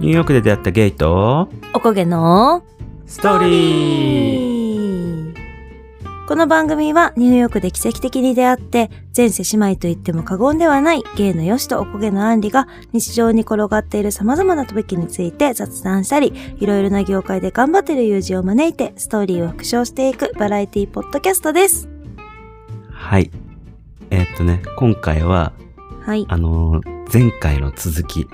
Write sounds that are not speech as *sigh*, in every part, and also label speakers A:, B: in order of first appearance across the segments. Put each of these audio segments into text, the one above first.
A: ニューヨークで出会ったゲイと
B: おこげの
A: ストーリー
B: この番組はニューヨークで奇跡的に出会って前世姉妹と言っても過言ではない芸のよしとおこげのあんりが日常に転がっている様々なトピックについて雑談したりいろいろな業界で頑張っている友人を招いてストーリーを復唱していくバラエティポッドキャストです。
A: はい。えーっとね、今回は、
B: はい。
A: あのー前回の続き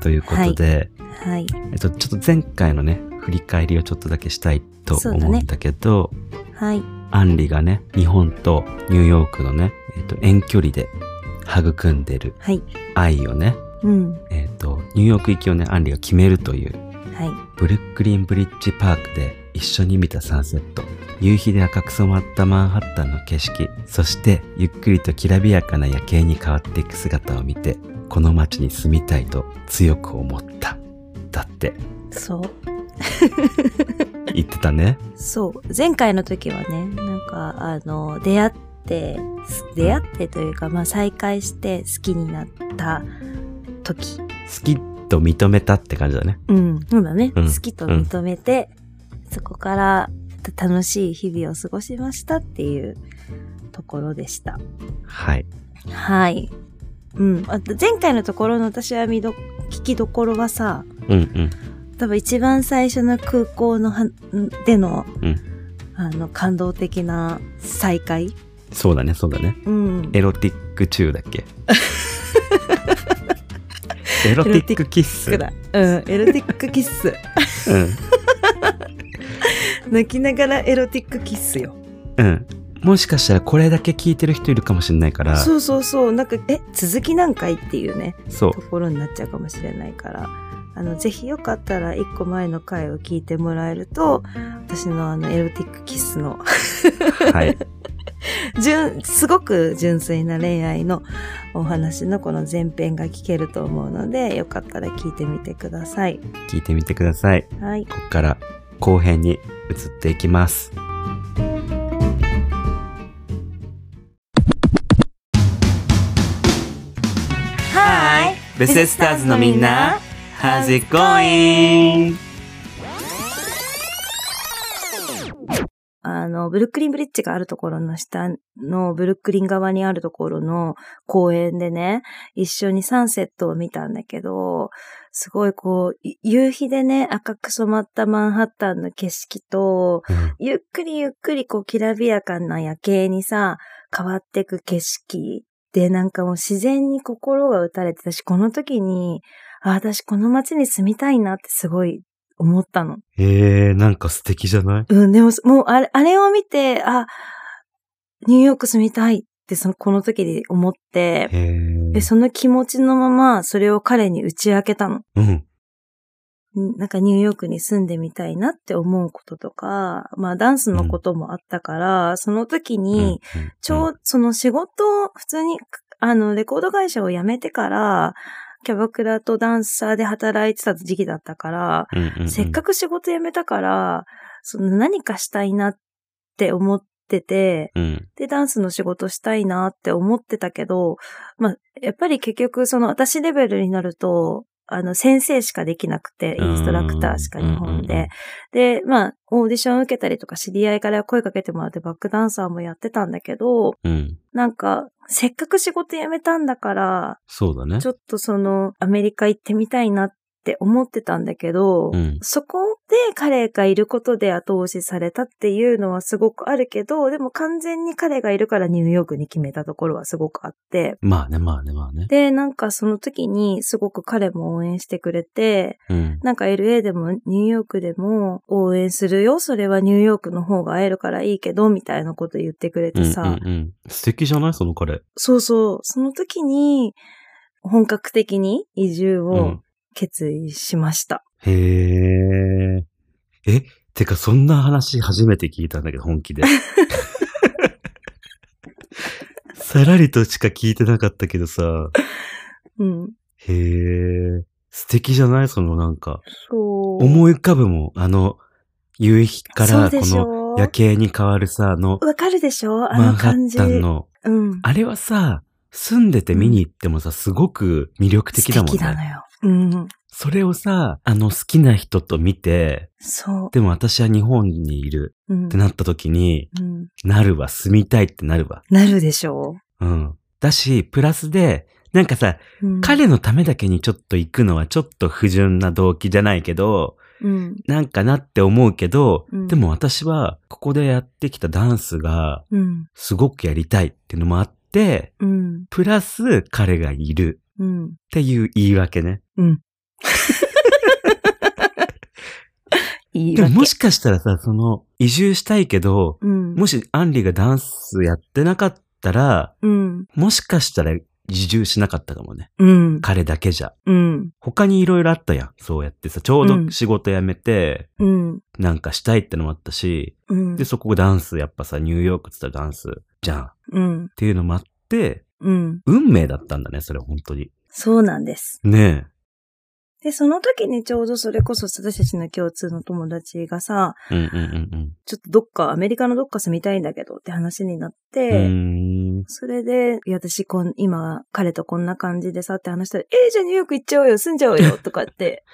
A: ということで、
B: はい。
A: えっと、ちょっと前回のね、振り返りをちょっとだけしたいと
B: そう
A: 思
B: だ
A: う
B: ね
A: んだけど、
B: はい。
A: アンリがね、日本とニューヨークのね、えっと、遠距離で育んでる
B: はい。
A: 愛をね、
B: うん。
A: えっと、ニューヨーク行きをね、アンリが決めるという
B: は
A: ブルックリンブリッジパークで一緒に見たサンセット夕日で赤く染まったマンハッタンの景色そしてゆっくりときらびやかな夜景に変わっていく姿を見てこの街に住みたいと強く思っただって
B: い。そう。
A: 言ってたね
B: そう。前回の時はね、なんか、あの、出会って、す出会ってというか、まあ、再会して好きになった時。
A: 好きと認めたって感じだね
B: うん。そうだね。
A: うん
B: 好きと認めて、そこからた楽しい日々を過ごしましたっていうところでした。
A: はい
B: はい。うん。あと前回のところの私は見ど、聞きどころはさ、
A: うんうん
B: 多分一番最初の空港のはんでの、
A: うん
B: あの、感動的な再会。
A: そうだねそうだね
B: うん。
A: エロティック中だっ *laughs* けエロティックキッス
B: くだ。うん、エロティックキッス。
A: うん
B: 泣きながらエロティックキッスよ。
A: うん。もしかしたらこれだけ聞いてる人いるかもしれないから、
B: そうそうそう、なんか、え、続きなんかいっていうね、
A: そう
B: ところになっちゃうかもしれないから、あの、ぜひよかったら一個前の回を聞いてもらえると、私のあの、エロティックキッスの、 *laughs*
A: はい。
B: 純、すごく純粋な恋愛のお話のこの前編が聞けると思うので、よかったら聞いてみてください。
A: 聞いてみてください。
B: はい。
A: ここから後編に移っていきます。
B: はーい
A: ベセスターズのみんな、How's it going?
B: あの、ブルックリンブリッジがあるところの下の、ブルックリン側にあるところの公園でね、一緒にサンセットを見たんだけど、すごいこう、い夕日でね、赤く染まったマンハッタンの景色と、ゆっくりゆっくりこう、きらびやかな夜景にさ、変わってく景色で、なんかもう自然に心が打たれてたし、この時に、あ、私この街に住みたいなってすごい思ったの。
A: えー、なんか素敵じゃない
B: うん、でも、もうあれ、あれを見て、あ、ニューヨーク住みたいって、その、この時に思って、
A: えー
B: で、その気持ちのまま、それを彼に打ち明けたの。
A: うん。
B: んなんかニューヨークに住んでみたいなって思うこととか、まあダンスのこともあったから、その時に、ちょう、その仕事を普通に、あの、レコード会社を辞めてから、キャバクラとダンサーで働いてた時期だったから、
A: うん、うんうん
B: せっかく仕事辞めたから、その何かしたいなって思ってて、
A: うん。
B: で、ダンスの仕事したいなって思ってたけど、まあ、やっぱり結局、その私レベルになると、あの、先生しかできなくて、インストラクターしか日本で。で、まあ、オーディション受けたりとか、知り合いから声かけてもらって、バックダンサーもやってたんだけど、
A: うん。うん。
B: なんか、せっかく仕事辞めたんだから、
A: そうだね。
B: ちょっとその、アメリカ行ってみたいなって思ってたんだけど、
A: うん。
B: そこで彼がいることで後押しされたっていうのはすごくあるけど、でも完全に彼がいるからニューヨークに決めたところはすごくあって、
A: まあね、まあね、まあね。
B: で、なんかその時にすごく彼も応援してくれて、
A: うん。
B: なんか LA でもニューヨークでも応援するよ、それはニューヨークの方が会えるからいいけど、みたいなこと言ってくれ
A: うん
B: てさ、
A: うんうん、素敵じゃないその彼。
B: そうそう、その時に本格的に移住を決意しました。
A: へえ。え、てかそんな話初めて聞いたんだけど、本
B: *laughs*
A: 気で。さらりとしか聞いてなかったけどさ。
B: うん。
A: へえ。素敵じゃないそのなんか。
B: そう。
A: 思い浮かぶもん。あの、夕日か
B: そう
A: らこ
B: でし
A: の
B: ょ
A: 夜景に変わるさ、あの、
B: わかるでしょあ
A: マン
B: の
A: ハ
B: 感
A: ッ
B: じ。
A: タンの。
B: うん。
A: あれはさ、住んでて見に行ってもさ、すごく魅力的だもんね。
B: 素敵なのよ。うん。
A: それをさ、あの好きな人と見て、
B: そう。
A: でも私は日本にいる
B: うん
A: ってなった時に、
B: うん
A: なるわ、住みたいってなるわ。
B: なるでしょ
A: うん。だし、プラスで、なんかさ、
B: う。うん、
A: 彼のためだけにちょっと行くのはちょっと不純な動機じゃないけど、
B: うん。
A: なんかなって思うけど、
B: うん
A: でも私はここでやってきたダンスが
B: うん。
A: すごくやりたいっていうのもあって、
B: うん。
A: プラス彼がいる
B: うん。
A: っていう言い訳ね。
B: うん。いい
A: で
B: わ
A: も
B: け。
A: もしかしたらさ、その移住したいけど、
B: うん。
A: もしアンリがダンスやってなかったら、
B: うん。
A: もしかしたら移住しなかったかもね。
B: うん。
A: 彼だけじゃ。
B: うん。
A: 他にいろいろあったやん。そうやってさ、ちょうど仕事辞めて、
B: うん。
A: なんかしたいってのもあったし、
B: うん。
A: で、そこダンス、やっぱさ、ニューヨークって言ったらダンスじゃん。っ
B: うん。
A: ていうのもあって、
B: うん。
A: 運命だったんだね、それ本当に。
B: そうなんです。
A: ね
B: で、その時にちょうどそれこそ私たちの共通の友達がさ、
A: え。うんうんうん
B: ちょっとどっか、アメリカのどっか住みたいんだけどって話になっ
A: うん。
B: て、
A: うーん。
B: それで、いや私こん、今、彼とこんな感じでさって話したら、えー、じゃあニューヨーク行っちゃおうよ、住んじゃお
A: *laughs*
B: うよ、とかって。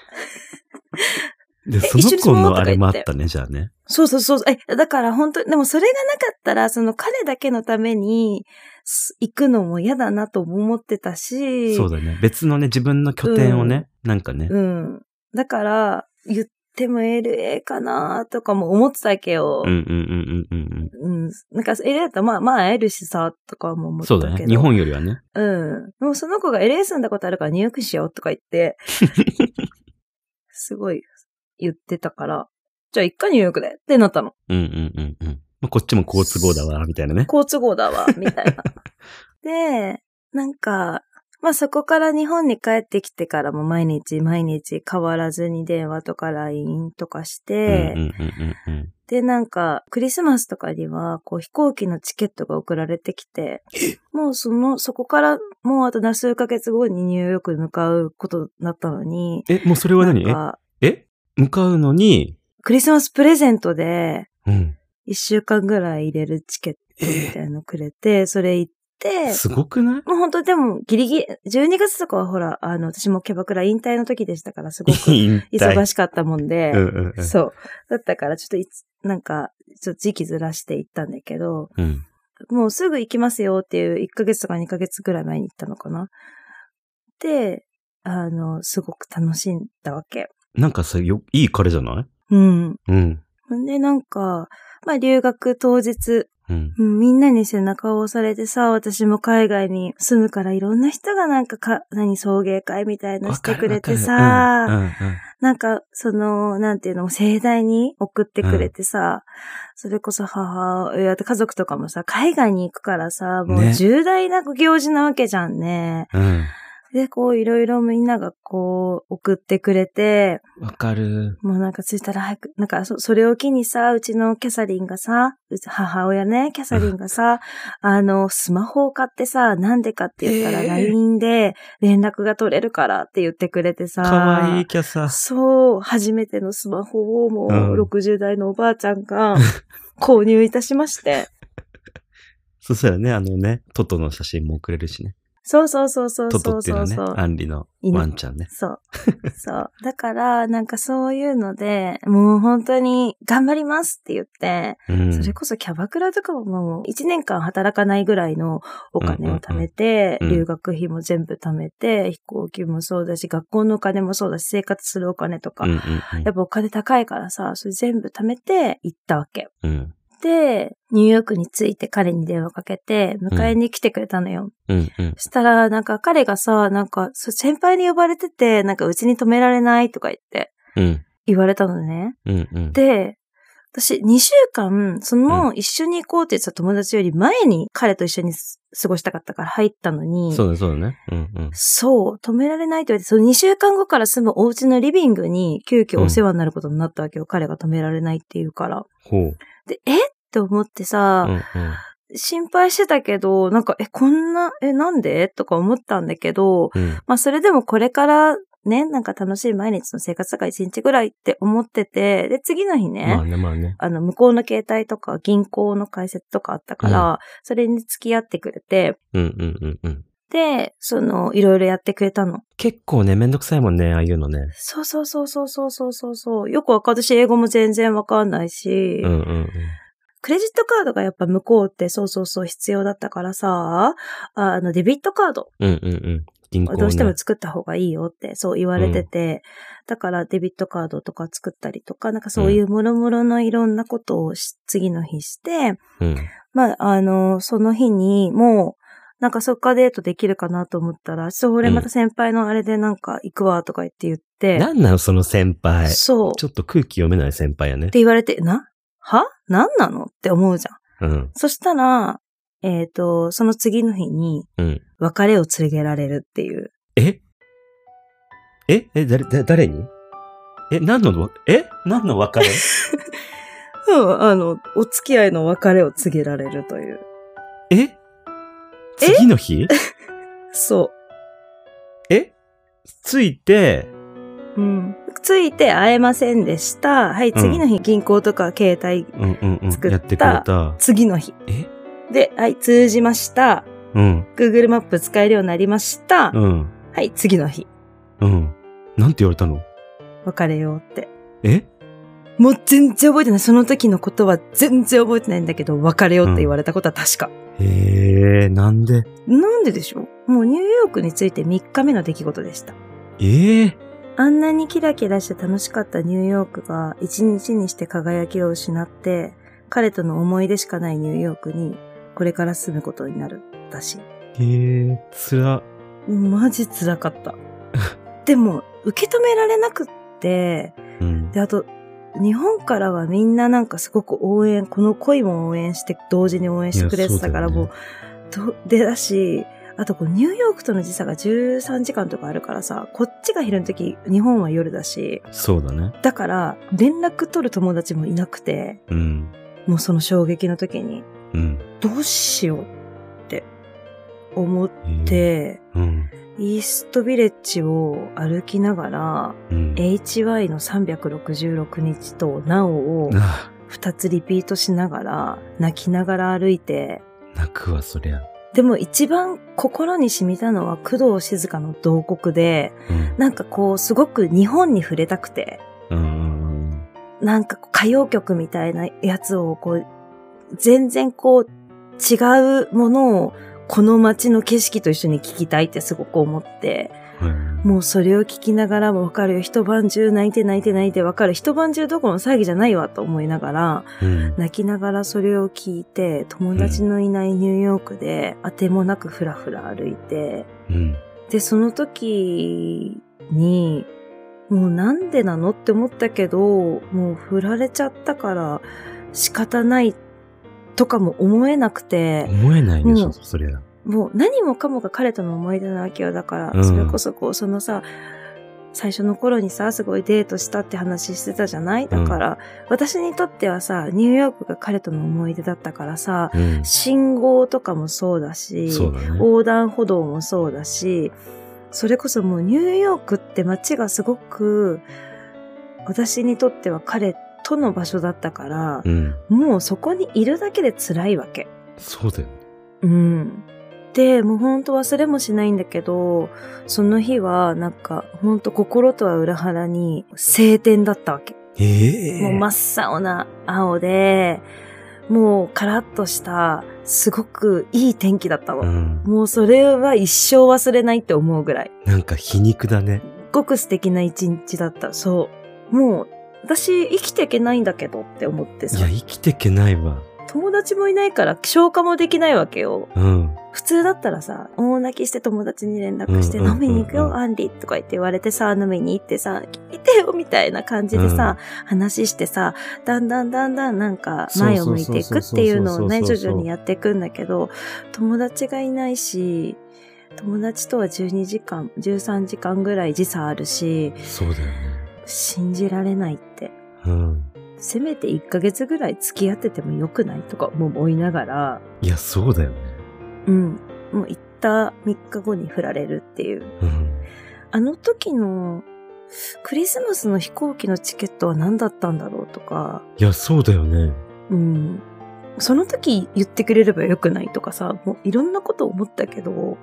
A: で、
B: え
A: その
B: 一緒に住
A: 子
B: もうと
A: の
B: か言って
A: あれもあったね、じゃあね。
B: そうそうそう。え、だから本当に、でもそれがなかったら、その彼だけのためにす行くのも嫌だなとも思ってたし、
A: そうだね。別のね、自分の拠点をね、なんかね。
B: うん。だから、言っても LA かなとかも思ってたわけど、
A: うんうんうんうんうん
B: うん。なんか LA だったらまあまあ会えるしさ、とかも
A: う
B: 思
A: ん。
B: った
A: そ
B: け
A: う
B: ど。
A: だね。日本よりはね。
B: うん。でもその子が LA 住んだことあるからニューヨークしようとか言って、
A: *laughs*
B: すごい言ってたから、じゃあ一回ニューヨークでってなったの。
A: うんうんうんうん。まあ、こっちも好都合だわ、みたいなね。
B: 好都合だわ、みたい
A: *laughs*
B: な。で、なんか、まあそこから日本に帰ってきてからも毎日毎日変わらずに電話とか LINE とかし
A: うんうん
B: て、
A: うんうんうん。
B: で、なんか、クリスマスとかには、こう、飛行機のチケットが送られてきて、もうその、そこから、もうあと数ヶ月後にニューヨークに向かうことになったのに、
A: え、もうそれは何
B: なんか
A: え向かうのに、
B: クリスマスプレゼントで、
A: うん。
B: 一週間ぐらい入れるチケットみたいのくれて、それ行って、
A: すごくない
B: もう本当でもギリギリ、12月とかはほら、あの、私もキャバクラ引退の時でしたから、すごく
A: *laughs* 引
B: 忙
A: し
B: しかったもんで、
A: うんうんうん。
B: そう。だったから、ちょっといつ、なんか、ちょっと時期ずらして行ったんだけど、
A: うん。
B: もうすぐ行きますよっていう1ヶ月とか2ヶ月ぐらい前に行ったのかな。で、あの、すごく楽しんだわけ。
A: なんかさ、よ、いい彼じゃない
B: うん。
A: うん。
B: で、なんか、まあ留学当日、
A: うん。
B: うんみんなに背中を押されてさ、私も海外に住むからいろんな人がなんかか、何、送迎会みたいなしてくれてさ、
A: わかるわかる
B: なんか、その、なんていうの、盛大に送ってくれてさ、それこそ母親と家族とかもさ、海外に行くからさ、も
A: ね
B: う重大な行事なわけじゃんね。
A: うんうん。
B: で、こう、いろいろみんながこう、送ってくれて、
A: うん。わかる。
B: もうなんか着いたら早く、なんかそ、それを機にさ、うちのキャサリンがさ、うち母親ね、キャサリンがさ、あの、スマホを買ってさ、なんでかって言ったら
A: へえ
B: LINE で連絡が取れるからって言ってくれてさ。
A: かわいいキャサ。
B: そう、初めてのスマホをも
A: う
B: う
A: ん
B: 60代のおばあちゃん
A: *laughs*
B: が購入いたしまして。
A: そしたらね、あのね、トトの写真も送れるしね。
B: そうそうそうそう
A: ト
B: そ
A: ト
B: う
A: っていう
B: そ
A: のは
B: う
A: ね
B: そう。、
A: アンリのワンちゃんね。
B: そう。そう。だから、なんかそういうので、もう本当に頑張りますって言って、
A: うん。
B: それこそキャバクラとかももう1年間働かないぐらいのお金を貯めて、
A: うんうんうんうん
B: 留学費も全部貯めて、飛行機もそうだし、学校のお金もそうだし、生活するお金とか、
A: うんうん
B: やっぱお金高いからさ、それ全部貯めて行ったわけ。
A: うん。うん。
B: で、ニューヨークに着いて彼に電話かけて、迎えに来てくれたのよ。
A: うんうん。
B: そしたら、なんか彼がさ、なんか、そう先輩に呼ばれてて、なんかうちに止められないとか言って、
A: うん。
B: 言われたのね。
A: うんうん。
B: で、私、2週間、その、一緒に行こうって言ってた友達より前に彼と一緒にす過ごしたかったから入ったのに、
A: そうだそうだね。うんうん。
B: そう、止められないって言われて、その2週間後から住むお家のリビングに、急遽お世話になることになったわけよ。彼が止められないって言うから。
A: ほう。
B: で、えって思ってさ、
A: うんうん。
B: 心配してたけど、なんか、え、こんな、え、なんでとか思ったんだけど、
A: うん
B: まあ、それでもこれからね、なんか楽しい毎日の生活だから一日ぐらいって思ってて、で、次の日ね、
A: まあね、まあね。
B: あの、向こうの携帯とか銀行の解説とかあったから、それに付き合ってくれて、
A: うんうんうんうん。
B: で、その、いろいろやってくれたの。
A: 結構ね、めんどくさいもんね、ああいうのね。
B: そうそうそうそうそうそうそうそう。よくわかる私、英語も全然わかんないし、
A: うんうんうん。
B: クレジットカードがやっぱ向こうってそうそうそう必要だったからさ、あの、デビットカード
A: うんうんうん。銀行、ね、
B: どうしても作った方がいいよって、そう言われてて、だからデビットカードとか作ったりとか、なんかそういうもろもろのいろんなことをし次の日して、
A: うん。
B: まあ、あの、その日にもう、なんかそっかデートできるかなと思ったら、それまた先輩のあれでなんか行くわとか言って言って、
A: なんなの、その先輩。
B: そう。
A: ちょっと空気読めない先輩やね
B: っ。て言われて、なは何なのって思うじゃん。
A: うん。
B: そしたら、えっ、と、その次の日に
A: うん。
B: 別れを告げられるっていう。
A: えええ、誰、だ誰にえ、何の、え何の別れ
B: うん、あの、お付き合いの別れを告げられるという。
A: え次の日
B: そ
A: えついて、
B: う。うん。ついて会えませんでした。はい、
A: うん
B: 次の日、銀行とか携帯、
A: うんうんうん。
B: 作った
A: やってくれた。
B: 次の日。
A: え
B: で、はい、通じました。
A: うん。
B: Google マップ使えるようになりました。
A: うん。
B: はい、次の日。
A: うん。なんて言われたの
B: 別れようって。
A: え
B: もう全然覚えてない。その時のことは全然覚えてないんだけど、別れようって言われたことは確か。
A: へえ、なんで
B: なんででしょうもうニューヨークに着いて3日目の出来事でした。
A: ええ
B: あんなにキラキラして楽しかったニューヨークが一日にして輝きを失って、彼との思い出しかないニューヨークにこれから住むことになる。だし。
A: へえ、つら。
B: マジ辛かった。 *laughs* でも、受け止められなくって、
A: うん。
B: で、あと、日本からはみんななんかすごく応援、この恋も応援して、同時に応援してくれてたから、
A: いや
B: も
A: そう
B: う、どでだし、あとこうニューヨークとの時差が13時間とかあるからさ、こっちが昼の時、日本は夜だし、
A: そうだね。
B: だから、連絡取る友達もいなくて、
A: うん。
B: もうその衝撃の時に、
A: うん。
B: どうしようって思っ
A: ええ
B: て、
A: うん。
B: イーストビレッジを歩きながら、
A: うん。
B: HY の366日となおを
A: あ
B: 2つリピートしながら、泣きながら歩いて、
A: 泣くわ、そりゃ。
B: でも一番心に染みたのは工藤静香の同国で、
A: うん。
B: なんかこうすごく日本に触れたくて、
A: うんうん
B: なんか歌謡曲みたいなやつをこう、全然こう、違うものをこの街の景色と一緒に聞きたいってすごく思って、
A: うん。
B: もうそれを聞きながらもわかるよ。一晩中泣いて泣いて泣いてわかる。一晩中どころの騒ぎじゃないわと思いながら、
A: うん。
B: 泣きながらそれを聞いて、友達のいないニューヨークで当てもなくふらふら歩いて、
A: うん。
B: で、その時に、もうなんでなのって思ったけど、もう振られちゃったから仕方ないとかも思えなくて、
A: 思えないでし
B: う
A: ょ、
B: ん
A: そりゃ。
B: もう何もかもが彼との思い出なわけよ。だから、
A: うん
B: それこそこう、そのさ、最初の頃にさ、すごいデートしたって話してたじゃないだから、私にとってはさ、ニューヨークが彼との思い出だったからさ、
A: うん。
B: 信号とかもそうだし、
A: そうだね。
B: 横断歩道もそうだし、それこそもうニューヨークって街がすごく、私にとっては彼との場所だったから
A: う、ん。
B: もうそこにいるだけで辛いわけ。
A: そうだよ。
B: うん。で、もうほんと忘れもしないんだけど、その日はなんかほんと心とは裏腹に晴天だったわけ。
A: ええ。
B: もう真っ青な青で、もうカラッとした、すごくいい天気だったの。
A: うん。
B: もうそれは一生忘れないって思うぐらい。
A: なんか皮肉だね。
B: すっごく素敵な一日だった。そう。もう、私生きていけないんだけどって思って
A: い
B: さ
A: や、。生きてけないわ。
B: 友達もいないから消化もできないわけよ。
A: うん。
B: 普通だったらさ、大泣きして友達に連絡して
A: うんうんうん
B: 飲
A: うん
B: みに行くよ、アンリとか言って言われてさ、飲みに行ってさ、聞いてよみたいな感じでさ、話してさ、だんだんだんだんなんか前を向いていくっていうの
A: そうそうそう
B: をね、
A: そうそうそう
B: 徐々にやっていくんだけど、友達がいないし、友達とは12時間、13時間ぐらい時差あるし、
A: そうだよね。
B: 信じられないって。
A: うん。
B: せめて1ヶ月ぐらい付き合っててもよくないとか思いながら、
A: いや、そうだよね。
B: うん。もう行った3日後に振られるっていう。
A: うん。
B: あの時のクリスマスの飛行機のチケットは何だったんだろうとか、
A: いや、そうだよね。
B: うん。その時言ってくれればよくないとかさ、もういろんなこと思ったけど、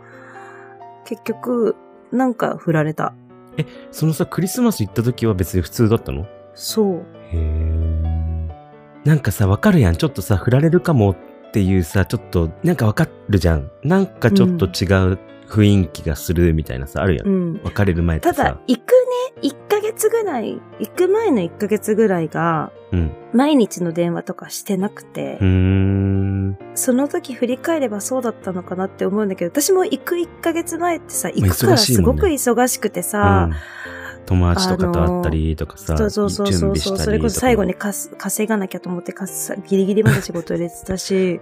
B: 結局、なんか振られた。
C: そのさ、クリスマス行った時は別に普通だったのへ
B: そう。
C: え。
A: なんかさ、わかるやん。ちょっとさ、振られるかもっていうさ、ちょっと、なんかわかるじゃん。なんかちょっと違う雰囲気がするみたいなさ、あるや。
B: うんん。
A: 別れる前って
B: た
A: さ。
B: だ、行くね、1ヶ月ぐらい、行く前の1ヶ月ぐらいが、
A: うん。
B: 毎日の電話とかしてなくて、
A: うーん。
B: その時振り返ればそうだったのかなって思うんだけど、私も行く1ヶ月前ってさ、行くか
A: 忙
B: ら
A: しい
B: す
A: もん
B: ご
A: ね
B: く忙しくてさ、
A: うん友達とかと会ったりとかさ、
B: そうそうそうそう
A: 準
B: そ
A: 備したりと
B: う、
A: か
B: それこそ最後にかす稼がなきゃと思ってかすギリギリまで仕事入れて
A: *laughs*
B: たし、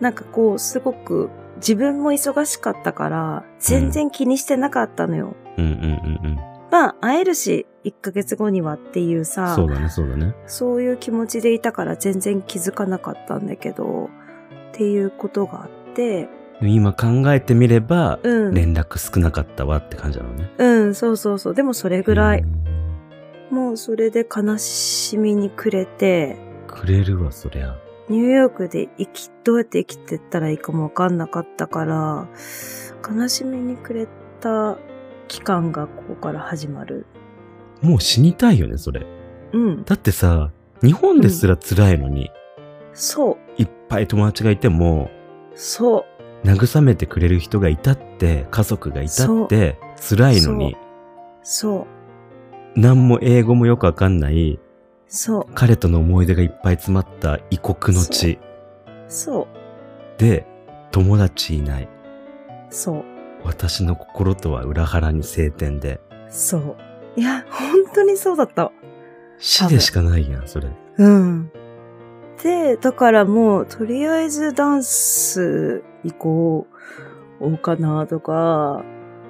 B: なんかこう、すごく自分も忙しかったから、全然気にしてなかったのよ。
A: うん、うんうんうんうん。
B: まあ、会えるし、1ヶ月後にはっていうさ、
A: そうだね、そうだね。
B: そういう気持ちでいたから全然気づかなかったんだけど、っていうことがあって、
A: でも今考えてみれば、
B: うん。
A: 連絡少なかったわって感じなのね。
B: うん、そうそうそう。でもそれぐらい。
A: うん
B: もうそれで悲しみに暮れて、
A: くれるわ、そりゃ。
B: ニューヨークで生き、どうやって生きてったらいいかもわかんなかったから、悲しみに暮れた期間がここから始まる。
A: もう死にたいよね、それ。
B: うん。
A: だってさ、日本ですら辛いのに、
B: そ
A: い
B: う。
A: っぱい友達がいても、
B: そ
A: 慰めてくれる人がいたって、家族がいたって、辛いのに、
B: う。そう。
A: 何も英語もよくわかんない、
B: そう。
A: 彼との思い出がいっぱい詰まった異国の地
B: そう。
A: で、友達いない。
B: そう。
A: 私の心とは裏腹に晴天で。
B: そう。いや、本当にそうだったわ。
A: 死でしかないやん、それ。
B: うん。で、だからもう、とりあえずダンス行こう、おうかなとか、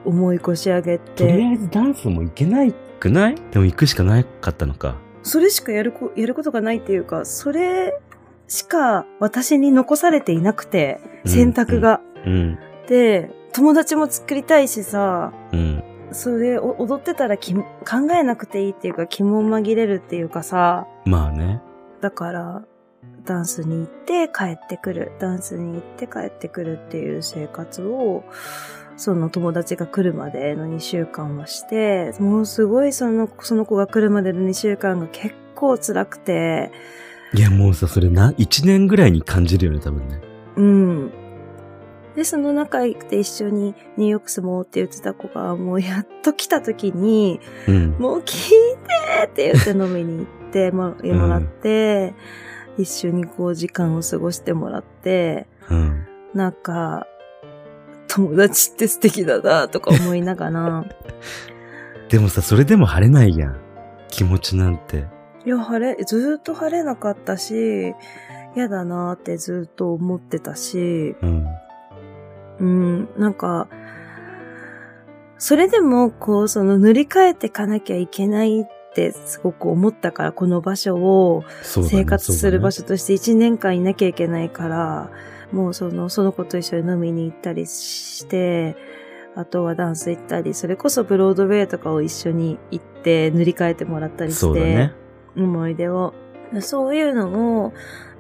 B: 思い越し上げ
A: とりあ
B: て、
A: えずダンスも行けないくないでも行くしかなかったのか。
B: それしかやるこ、やることがないっていうか、それしか私に残されていなくて、
A: うん
B: 選択が。
A: うん。
B: で、友達も作りたいしさ、
A: うん。
B: それを踊ってたらき考えなくていいっていうか、気も紛れるっていうかさ、
A: まあね。
B: だから、ダンスに行って帰ってくる。ダンスに行って帰ってくるっていう生活を、その友達が来るまでの2週間はして、もうすごいその、その子が来るまでの2週間が結構辛くて、
A: いやもうさ、それな、一年ぐらいに感じるよね、多分ね。
B: うん。で、その仲良くて一緒にニューヨーク住もうって言ってた子が、もうやっと来た時に、
A: うん。
B: もう聞いてって言って飲みに行って、ももらって、一緒にこう時間を過ごしてもらって、
A: うん。
B: なんか、友達って素敵だなとか思いながら、
A: でもさ、それでも晴れないやん。気持ちなんて。
B: いや、晴れ、ずーっと晴れなかったし、嫌だなってずーっと思ってたし、
A: うん。
B: うん、なんか、それでも、こう、その塗り替えてかなきゃいけないってすごく思ったから、この場所を、
A: そうだね。
B: 生活する場
A: 所。
B: 所として1年間いなきゃいけないから、もうその、その子と一緒に飲みに行ったりして、あとはダンス行ったり、それこそブロードウェイとかを一緒に行って塗り替えてもらったりして、
A: そうだね。
B: 思い出を。そういうのを、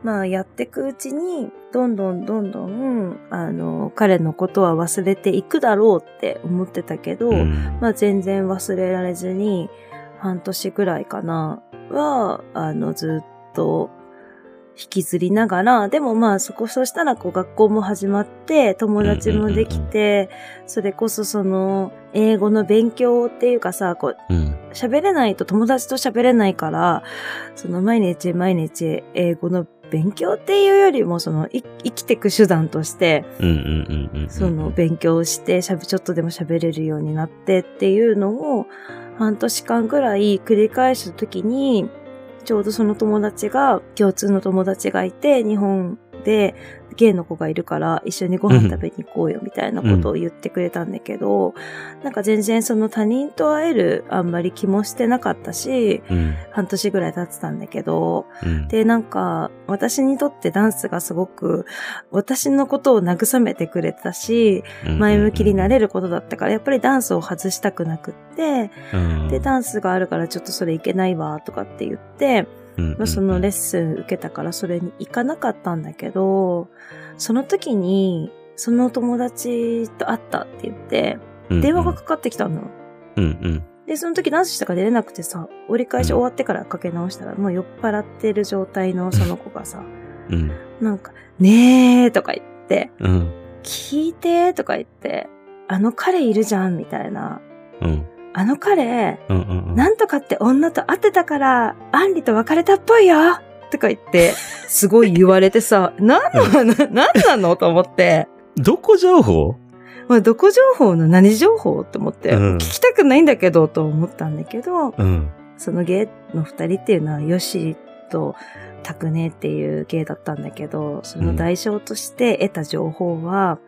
B: まあやっていくうちに、どんどんどんどん、あの、彼のことは忘れていくだろうって思ってたけど、
A: うん
B: まあ全然忘れられずに、半年ぐらいかな、は、あの、ずっと引きずりながら、でもまあそこ、そうしたらこう学校も始まって、友達もできて、それこそその、英語の勉強っていうかさ、こう、
A: うん。
B: 喋れないと友達と喋れないから、その毎日毎日英語の勉強っていうよりも、そのい生きていく手段として、
A: うんうんうんうんうん。
B: その勉強してしゃべ、ちょっとでも喋れるようになってっていうのを、半年間ぐらい繰り返した時に、ちょうどその友達が、共通の友達がいて、日本でゲイの子がいるから一緒にご飯食べに行こうよみたいなことを言ってくれたんだけど、なんか全然その他人と会えるあんまり気もしてなかったし、
A: うん。
B: 半年ぐらい経ってたんだけど、
A: うん。
B: で、なんか、私にとってダンスがすごく、私のことを慰めてくれたし、前向きになれ
A: る。
B: ることだったから、やっぱりダンスを外したくなくって、
A: うん
B: で、ダンスがあるからちょっとそれいけないわ、とかって言って、まあ、そのレッスン受けたからそれに行かなかったんだけど、その時に、その友達と会ったって言って、
A: うん
B: 電話がかかってきたの。
A: うんうん。
B: で、その時ダンスしたから出れなくてさ、折り返し終わってからかけ直したら、もう酔っ払ってる状態のその子がさ、
A: うん。
B: なんか、ねえとか言って、
A: うん。
B: 聞いてとか言って、あの彼いるじゃんみたいな。
A: うん。
B: あの彼、
A: うん。うん。
B: なんとかって女と会ってたから、アンリと別れたっぽいよとか言って、すごい言われ
A: *laughs*
B: てさ、なんなの、なんなのと思って、
A: どこ情報
B: まあ、どこ情報の何情報と思って、
A: うん
B: 聞きたくないんだけど、と思ったんだけど、
A: うん。
B: そのゲイの二人っていうのは、ヨシとタクネっていうゲイだったんだけど、その代償として得た情報は、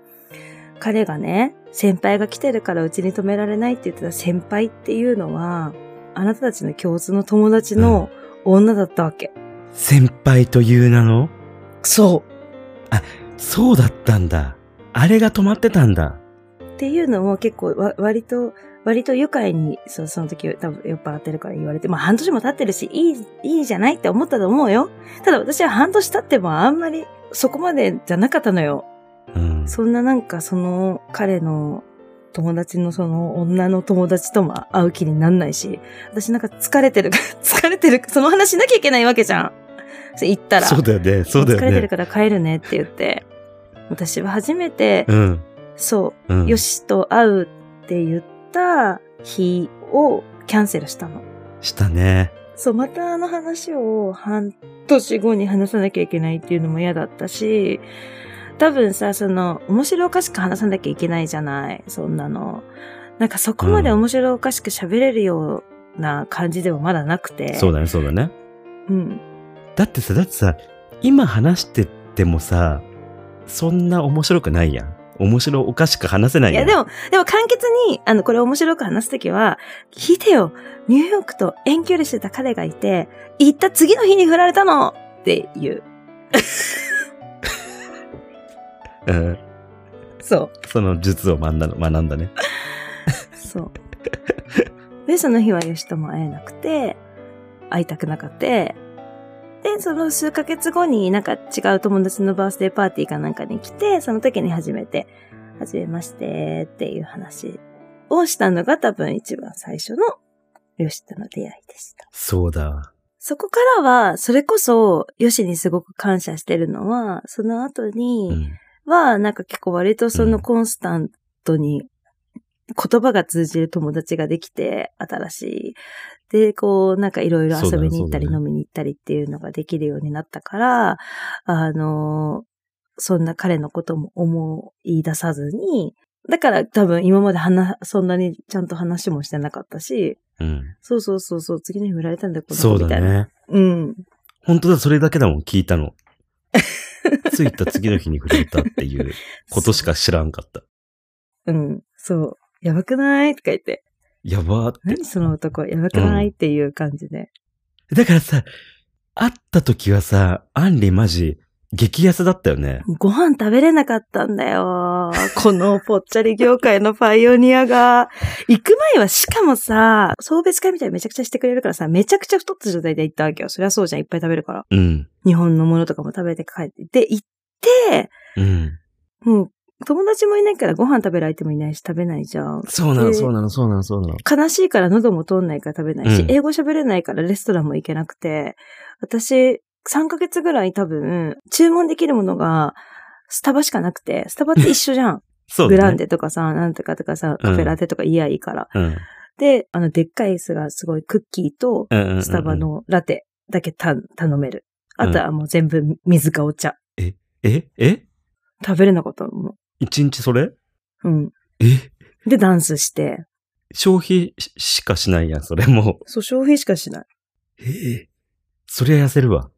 B: 彼がね、先輩が来てるからうちに止められないって言ってた先輩っていうのは、あなたたちの共通の友達の女だったわけ。
A: 先輩という名の
B: そ
A: そうだったんだ。あれが止まってたんだ。
B: うっていうのも結構わ割と、割と愉快に、そうその時多分酔っ払ってるから言われて、まあ半年も経ってるし、いい、いいじゃないって思ったと思うよ。ただ私は半年経ってもあんまりそこまでじゃなかったのよ。
A: うん。
B: そんななんかその彼の友達のその女の友達とも会う気になんないし、私なんか *laughs* 疲れてる、疲れてる、その話しなきゃいけないわけじゃん。それ言ったら。
A: そうだよね。そうだよね。
B: 疲れてるから帰るねって言って。私は初めて、
A: うん。
B: そうう、
A: ん。
B: よ。しと会うって言った日をキャンセルしたの。
A: したね。
B: そう、またあの話を半年後に話さなきゃいけないっていうのも嫌だったし、多分さ、その、面白おかしく話さなきゃいけないじゃない、そんなの。なんかそこまで
A: うん
B: 面白おかしく喋れるような感じではまだなくて。
C: そうだね、そうだね。
B: うん。
A: だってさ、だってさ、今話しててもさ、そんな面白くないやん。面白おかしく話せない
B: い
A: やん。
B: や、でも、でも簡潔に、あの、これ面白く話すときは、聞いてよ、ニューヨークと遠距離してた彼がいて、行った次の日に振られたのっていう。
A: うん。
B: そう。
A: その術を学んだの学んだね。
B: *laughs* そう。で、その日は吉とも会えなくて、会いたくなかった。で、その数ヶ月後になんか違う友達のバースデーパーティーかなんかに来て、その時に初めて、はじめましてっていう話をしたのが多分一番最初の吉との出会いでした。
A: そうだわ。
B: そこからは、それこそ、吉にすごく感謝してるのは、その後に、
A: うん。
B: は、なんか結構割とそ
A: うん
B: のコンスタントに言葉が通じる友達ができて、新しい。で、こう、なんかいろいろ遊びに行ったり
A: そうだねそうだね
B: 飲みに行ったりっていうのができるようになったから、あの、そんな彼のことも思い出さずに、だから多分今まで話、そんなにちゃんと話もしてなかったし、
A: うん。
B: そうそうそう、そう次の日振られたんだよ、この
A: そ
B: 子
A: う
B: み
A: だ
B: たいな。
A: ね。
B: うん。
A: 本当だ、それだけだもん、聞いた
B: *laughs*
A: の。着いた次の日に触れたっていうことしか知らんかった。
B: うん。そう。やばくないとか言って。
A: やばーって。
B: 何その男、やばくない、っていう感じで。
A: だからさ、会った時はさ、アンリマジ、激安だったよね。
B: ご飯食べれなかったんだよ。このぽっちゃり業界のパイオニアが。行く前はしかもさ、送別会みたいにめちゃくちゃしてくれるからさ、めちゃくちゃ太った状態で行ったわけよ。そりゃそうじゃん。いっぱい食べるから。
A: うん。
B: 日本のものとかも食べて帰って。で、行って、
A: うん。
B: もう友達もいないからご飯食べる相手もいないし食べないじゃん。
A: そうなの、そうなの、そうなの、そうなの。
B: 悲しいから喉も通んないから食べないし、
A: うん
B: 英語喋れないからレストランも行けなくて、私、3ヶ月ぐらい多分、注文できるものが、スタバしかなくて、スタバって一緒じゃん。
A: *laughs* そう
B: グラ
A: だ
B: ン
A: ね。
B: デとかさ、なんとかとかさ、カフェラテとか言い合いいから。
A: うん。
B: で、あの、でっかい椅子がすごいクッキーと、
A: うんうんうんうん
B: スタバ。のラテだけた頼める。あとはもう全部水かお茶。
A: ええ
B: 食べれなかったのも
A: 一日それ
B: う。うん。
A: え
B: で、ダンスして。
A: 消費ししかしないやん、それも
B: そう、消費しかしない。
A: う。ええそりゃ痩せるわ。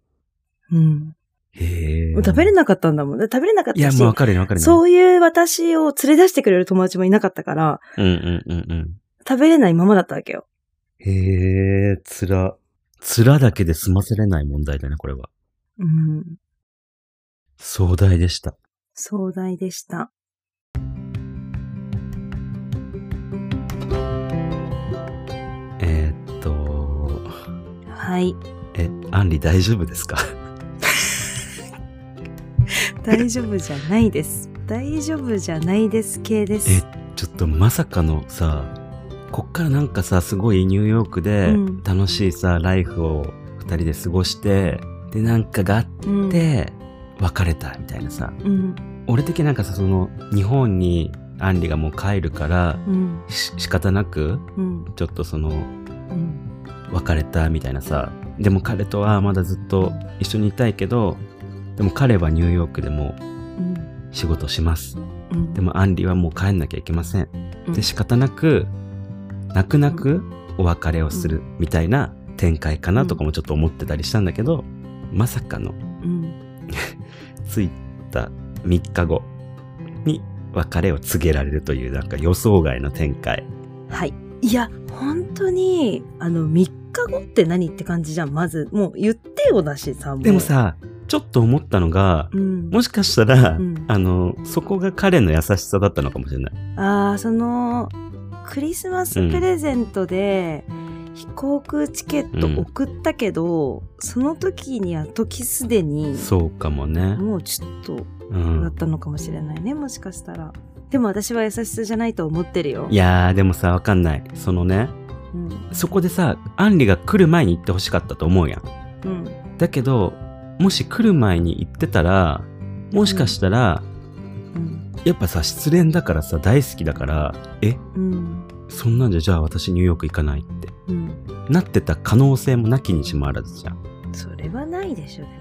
B: うん。
A: へえ。
B: 食べれ
A: な
B: なかったんだもん。で食べれなかっ
A: いや、
B: たし。
A: もうわかるよ、わかるよ。
B: そういう私を連れ出してくれる友達もいなかったから、
A: うんうんうんうん。
B: 食べれないままだったわけよ。
A: へえ、つら。つらだけで済ませれない問題だね、これは。
B: うん。
A: 壮大でした。
B: 壮大でした。
A: えーっと、
B: はい。
A: え、アンリ大丈夫ですか
B: 大丈夫じゃないです。大丈夫じゃないです系です。
A: えちちょっとまさかのさ、こっからなんかさ、すごいニューヨークで
B: うん
A: 楽しいさ、ライフを二人で過ごして、で、なんかがあっ
B: うん、
A: て、別れたみたいなさ。
B: うん、
A: 俺的になんかさ、その、日本にアンリがもう帰るから、
B: うん、
A: し仕方なく、
B: うん、
A: ちょっとその、
B: うん、
A: 別れたみたいなさでも彼とはまだずっと一緒にいたいけどでも彼はニューヨークでも
B: うん、
A: 仕事します
B: うん。
A: でもアンリはもう帰んなきゃいけません
B: うん
A: で仕方なく泣く泣くお別れをするみたいな展開かなとかもちょっと思ってたりしたんだけどまさかの
B: うん、
A: 着いた3日後に別れを告げられるというなんか予想外の展開
B: はい。いや、本当に、あの、3日後って何って感じじゃん。まず、もう言ってよだしさ、う
A: でも、さちょっと思ったのが
B: うん。
A: もしかしたら、
B: うん
A: あの、そこが彼の優しさだったのかもしれない。
B: ああ、その、クリスマスプレゼントで、飛行空チケット送ったけど、その時には時すでに、
A: そうかもね。
B: もうちょっと
A: う
B: だっ
A: ん。
B: たのかもしれないね、もしかしたら。でも私は優しさじゃないと思ってるよ。
A: いやー、でもさ、わかんない。そのね、
B: うん。
A: そこでさ、アンリが来る前に行ってほしかったと思うやん。
B: うん。
A: だけど、もし来る前に行ってたら、もしかしたら、
B: うん。
A: やっぱさ、失恋だからさ、大好きだから、え、
B: うん。
A: そんなんじゃ、じゃあ私ニューヨーク行かないって。
B: うん。
A: なってた可能性もなきにしもあらずじゃん。
B: それはないでしょ、でも。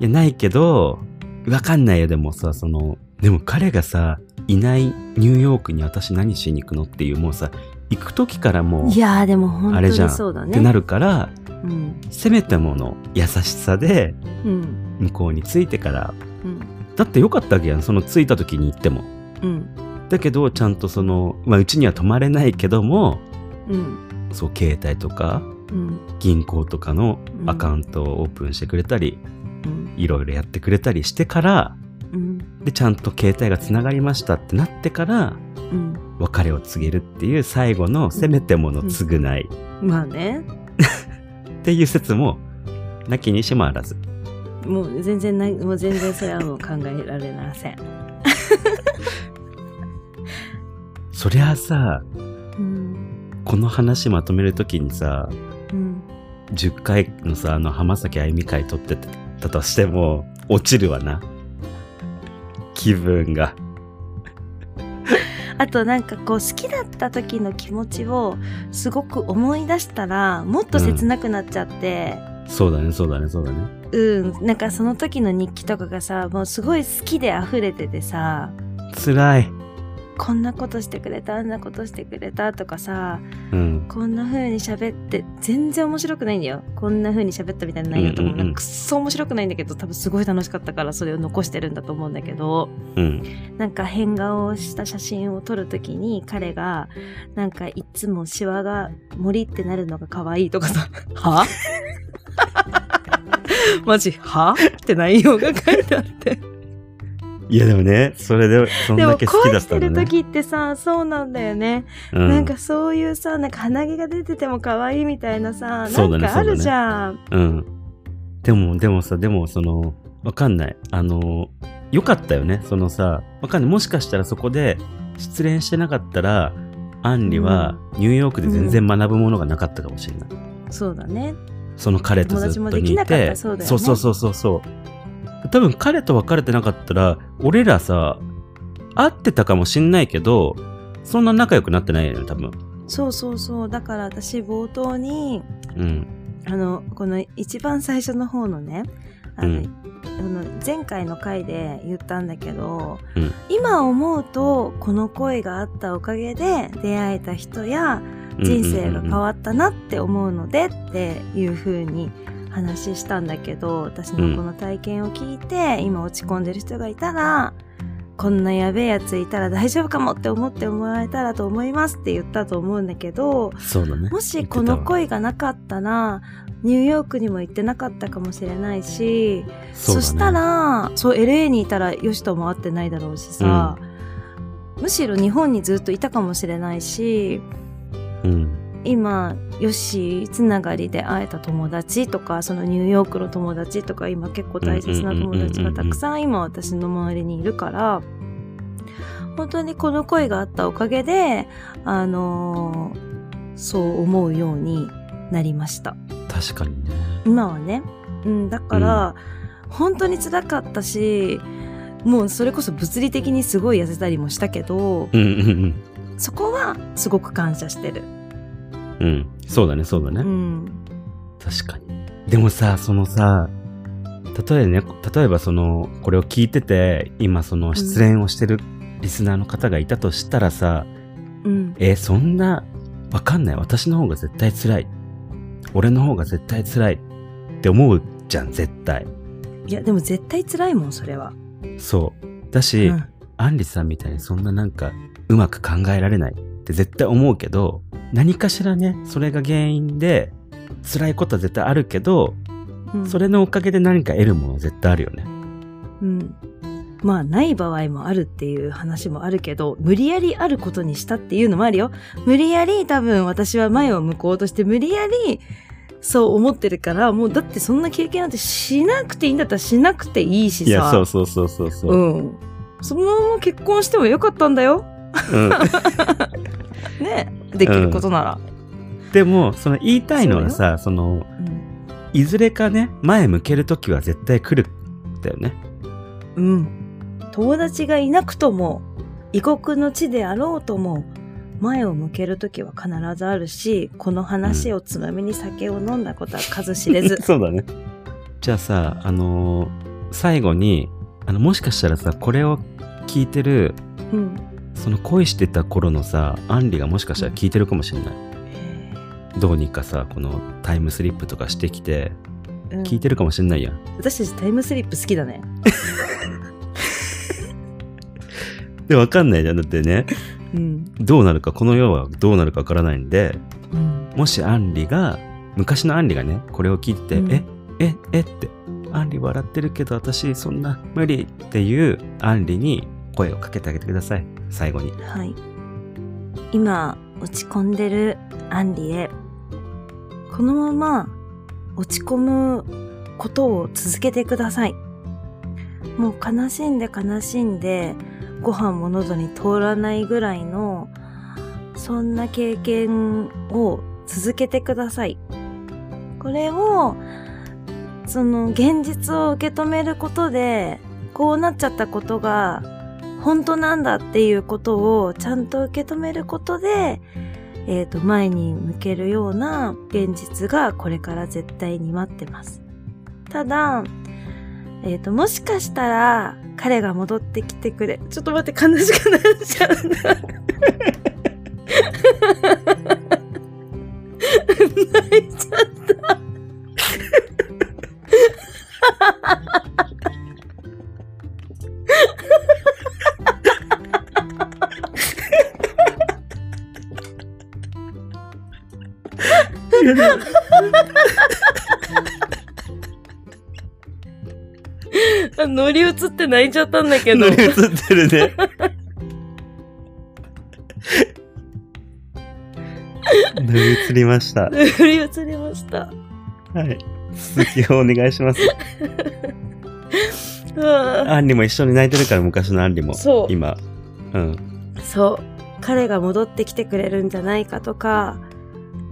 A: いや、ないけど、わかんないよ、でもさ、その、でも彼がさ、いないニューヨークに私何しに行くのっていう、もうさ、行く時からもう、
B: い
A: っ
B: やーでも本当
A: あれじゃ
B: に
A: ん
B: そうだね。
A: てなるから、
B: うん。
A: せめてもの優しさで、
B: うん。
A: 向こうに着いてから、
B: うん。
A: だってよかったわけやん、その着いた時に行っても。
B: うん。
A: だけど、ちゃんとその、まあ、うちには泊まれないけども、
B: うん。
A: そう、携帯とか、
B: うん。
A: 銀行とかのアカウントをオープンしてくれたり、
B: うん。
A: いろいろやってくれたりしてから、
B: うん。
A: で、ちゃんと携帯がつながりましたってなってから、
B: うん。
A: 別れを告げるっていう最後のせめてもの償い
B: まあね。
A: っていう説もなきにしもあらず。
B: もう全然ない、もう全然それはもう考えられません。
A: そりゃあさ、
B: うん。
A: この話まとめるときにさ、
B: うん。
A: 10回のさ、あの浜崎あゆみ会撮ってたとしても、落ちるわな。気分が。
B: あとなんかこう好きだった時の気持ちをすごく思い出したらもっと切なくなっちゃって、
A: そうだね、そうだね、そうだね。
B: うん、なんかその時の日記とかがさもうすごい好きで溢れててさ
A: 辛い。
B: こんなことしてくれたあんなことしてくれたとかさ
A: うん。
B: こんな風に喋って全然面白くないんだよこんな風に喋ったみたいな内容とかも
A: うんうんうん
B: くっそ面白くないんだけど多分すごい楽しかったからそれを残してるんだと思うんだけど。
A: うん。
B: なんか変顔をした写真を撮るときに彼がなんかいつもシワが森ってなるのが可愛いとかさ *laughs* はマジはって内容が書いてあって
A: いやでもね、それで、そん
B: でも
A: だけ好きだ
B: 恋
A: っ
B: したて
A: んだね。
B: る時ってさそうなんだよね、
A: う
B: なんかそういうさなんか鼻毛が出てても可愛いみたいなさ、
A: そ
B: な
A: うだ
B: ん
A: ね
B: かあるじゃん、
A: うん。でも、でもさ、でも、その、わかんない。あの、よかったよね。そのさ、わかんない。もしかしたらそこで失恋してなかったら、アンリはニューヨークで全然学ぶものがなかったかもしれない。
B: そうだね
A: その彼とずっ
B: 友
A: と
B: 達もでき
A: 似。
B: なかってたそうだよね
A: そうそうそうそうそう。多分彼と別れてなかったら、俺らさ、会ってたかもしんないけど、そんな仲良くなってないよね、多分。
B: そうそうそうだから私冒頭に
A: うん。
B: あのこの一番最初の方のねあの、
A: うん
B: あの前回の回で言ったんだけど、
A: うん
B: 今思うとこの恋があったおかげで出会えた人や人生が変わったなって思うのでっていう風に話したんだけど私のこの体験を聞いて、今落ち込んでる人がいたらこんなやべえやついたら大丈夫かもって思ってもらえたらと思いますって言ったと思うんだけど、
A: そう *laughs* だね。
B: もしこの恋がなかったらニューヨークにも行ってなかったかもしれないし
A: そ
B: そ,、
A: うだね
B: したらそう LA にいたらヨシとも会ってないだろうしさ、むしろ日本にずっといたかもしれないし
A: うん。
B: 今ヨシつながりで会えた友達とかそのニューヨークの友達とか今結構大切な友達がたくさん今私の周りにいるから本当にこの恋があったおかげで、あのーそう思うようになりました。
D: 確かにね。
B: 今はね。うん、だから、本当に辛かったし、もうそれこそ物理的にすごい痩せたりもしたけど、
A: うんうん
B: そこはすごく感謝してる。
A: うん。うん。そうだね、そうだね。
B: うん。
D: 確かに。
A: でもさ、そのさ、例え,、ね、例えばその、これを聞いてて、今その失恋をしてるリスナーの方がいたとしたらさ、
B: うん。
A: え、そんな、わかんない。私の方が絶対辛い。俺の方が絶対辛いって思うじゃん、絶対。
B: いや、でも絶対辛いもん、それは。
A: そう。だし、
B: うん
A: アンリさんみたいにそんななんかうまく考えられないって絶対思うけど何かしらねそれが原因で辛いことは絶対あるけど
B: うん
A: それのおかげで何か得るものは絶対あるよね。
B: うん。まあ、ない場合もあるっていう話もあるけど、無理やりあることにしたっていうのもあるよ。無理やり多分私は前を向こうとして、無理やりそう思ってるから、もうだってそんな経験なんてしなくていいんだったらしなくていいしさ。
A: そうそうそうそ
B: うん。そのまま結婚してもよかったんだよ。
A: うん
B: ね。できることなら。
A: でもその言いたいのはさその
B: うん。
A: いずれかね前向ける時は絶対来るんだよね。。
B: うん。友達がいなくとも、異国の地であろうとも、前を向けるときは必ずあるし、この話をつまみに酒を飲んだことは数知れず
A: *laughs* そうだね。じゃあさ、あのー最後にあのもしかしたらさこれを聞いてる
B: うん。
A: その恋してた頃のさ、アンリがもしかしたら聞いてるかもしれない。どうにかさ、このタイムスリップとかしてきて、
B: うん
A: 聞いてるかもしれないやん。
B: 私たちタイムスリップ好きだね。
A: で、わかんないじゃん。だってね、
B: うん。
A: どうなるか、この世はどうなるかわからないんで、
B: うん。
A: もしアンリが、昔のアンリがね、これを聞いてて、
B: うん
A: え、え、えって、アンリ笑ってるけど私そんな無理っていうアンリに声をかけてあげてください。最後に。
B: はい。今、落ち込んでるアンリへ、このまま落ち込むことを続けてください。もう悲しんで悲しんで、ご飯も喉に通らないぐらいの、そんな経験を続けてください。これを、その現実を受け止めることで、こうなっちゃったことが本当なんだっていうことをちゃんと受け止めることで、えっ、と、前に向けるような現実がこれから絶対に待ってます。ただ、えっ、と、もしかしたら彼が戻ってきてくれ。ちょっと待って、悲しくなっちゃうな。泣いちゃった。あ *laughs* 乗り移って泣いちゃったんだけど。
A: 乗り移ってるね。乗り移りました。
B: *laughs* 乗り移りました。
A: はい。続きをお願いします。
B: うわ
A: アンリも一緒に泣いてるから、昔のアンリも。
B: そう
A: 今。うん。
B: そう。彼が戻ってきてくれるんじゃないかとか、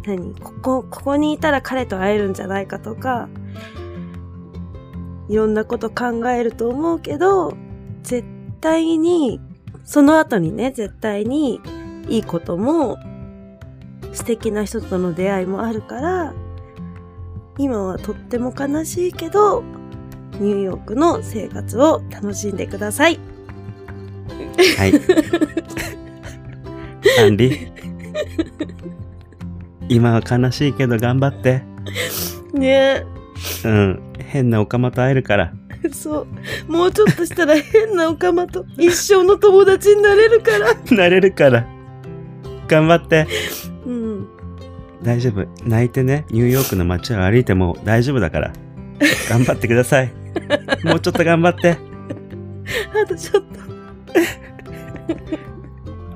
B: 何ここ、ここにいたら彼と会えるんじゃないかとか、いろんなこと考えると思うけど、絶対に、その後にね、絶対に、いいことも、素敵な人との出会いもあるから、今はとっても悲しいけど、ニューヨークの生活を楽しんでください。
A: はい。アンリ。今は悲しいけど頑張って。
B: ねえ。
A: うん。変なオカマと会えるから。 *laughs*
B: *laughs* そう。もうちょっとしたら変なオカマと一生の友達になれるから。
A: なれるから。頑張って。
B: うん。
A: 大丈夫。泣いてね、ニューヨークの街を歩いても大丈夫だから。頑張ってください。もうちょっと頑張って。
B: あとちょっと。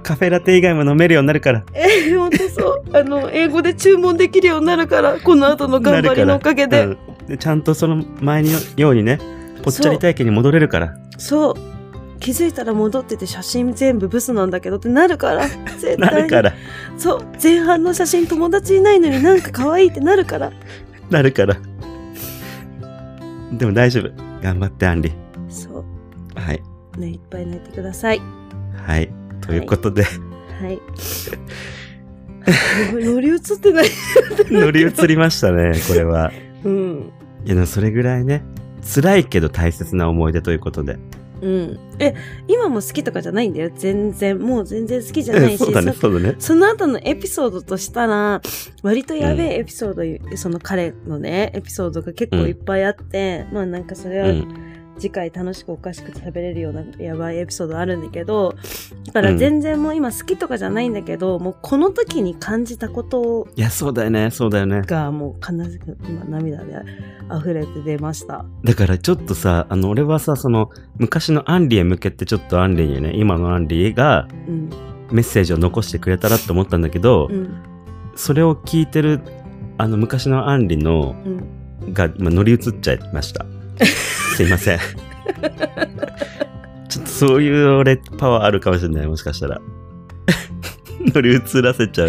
A: カフェラテ以外も飲めるようになるから。
B: えー、ほんとそう。あの、英語で注文できるようになるから、この後の頑張りのおかげで。
A: うんでちゃんとその前のようにね、ぽっちゃり体験に戻れるから。
B: そう。気づいたら戻ってて写真全部ブスなんだけどってなるから絶
A: な
B: 対
A: る
B: に
A: から、
B: そう前半の写真友達いないのになんか可愛いってなるから
A: なるから。でも大丈夫。頑張って、アンリ。
B: そ
A: はい。
B: うねいっぱい泣いてください
A: はい。ということで、 *laughs*
B: はい乗り移ってない
A: 乗り移りました
B: *laughs*
A: ね、これは。
B: うん
A: いや、でもそれぐらいね、辛いけど大切な思い出ということで。
B: うんえ今も好きとかじゃないんだよ全然もう全然好きじゃな
A: うん
B: いし
A: そうだね、そうだね。
B: その後のエピソードとしたら、割とやべえエピソード、その彼のね、エピソードが結構いっぱいあって、まあなんかそれ
A: う
B: は
A: ん。
B: 次回楽しくおかしく喋れるようなやばいエピソードあるんだけど、だから全然もう今好きとかじゃないんだけど、もうこの時に感じたこと
A: いや、そうだよね、そうだよね。
B: がもう必ず今涙で溢れて出ました。
A: だからちょっとさ、あの、俺はさ、その、昔のアンリへ向けてちょっとアンリにね、今のアンリが
B: うん。
A: メッセージを残してくれたらって思ったんだけど、
B: うん。
A: それを聞いてる、あの、昔のアンリの、
B: うん。
A: が、今乗り移っちゃいました。すいません。 *laughs* ちょっとそういう俺、パワーあるかもしれない、もしかしたら。乗り移らせちゃう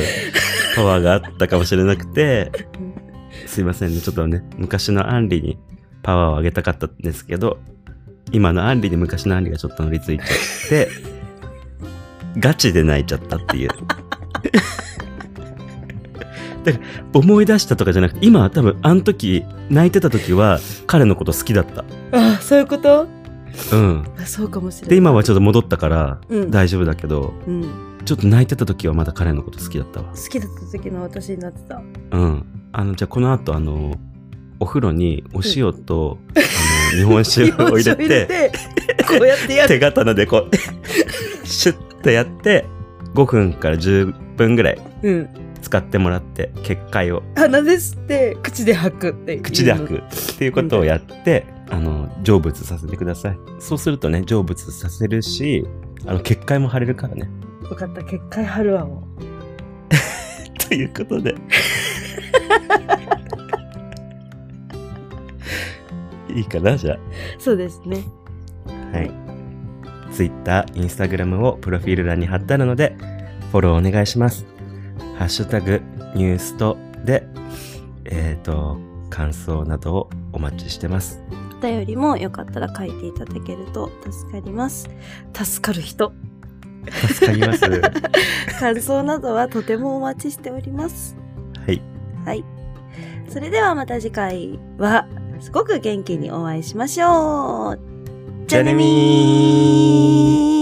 A: パワーがあったかもしれなくて、すいませんね、ちょっとね、昔のアンリにパワーをあげたかったんですけど、今のアンリに昔のアンリがちょっと乗りついちゃって、ガチで泣いちゃったっていう。だから思い出したとかじゃなくて、今は多分、あの時、泣いてた時は、彼のこと好きだった。
B: ああ、そういうこと
A: うん。
B: あそうかもしれない。
A: で、今はちょっと戻ったから、
B: うん
A: 大丈夫だけど、
B: うん。
A: ちょっと泣いてた時はまだ彼のこと好きだったわ。
B: 好きだった時の私になってた。
A: うん。あの、じゃあこの後、あの、お風呂にお塩と、あの、日本酒を入れて、
B: て、こうやってやる。
A: 手刀でこう、 *laughs* シュッとやって、5分から10分ぐらい
B: うん。
A: 使ってもらって、結界を
B: 鼻で吸って口で吐くっていう
A: 口で吐くっていうことをやって、あの、成仏させてください。そうするとね、成仏させるし、あの、結界も張れるからね。
B: 分かった結界貼るわも
A: ということ *laughs* で。いいかなじゃ
B: うそうですね
A: あ。はい。Twitter、Instagram をプロフィール欄に貼ってあるので、フォローお願いします。ハッシュタグ、ニュースとで、えっ、と、感想などをお待ちしてます。
B: お便りもよかったら書いていただけると助かります助かる人
A: 助かり *laughs* ます。は
B: 感想などはとてもお待ちしております
A: い。
B: はいそれではまた次回はすごく元気にお会いしましょうじゃあねみー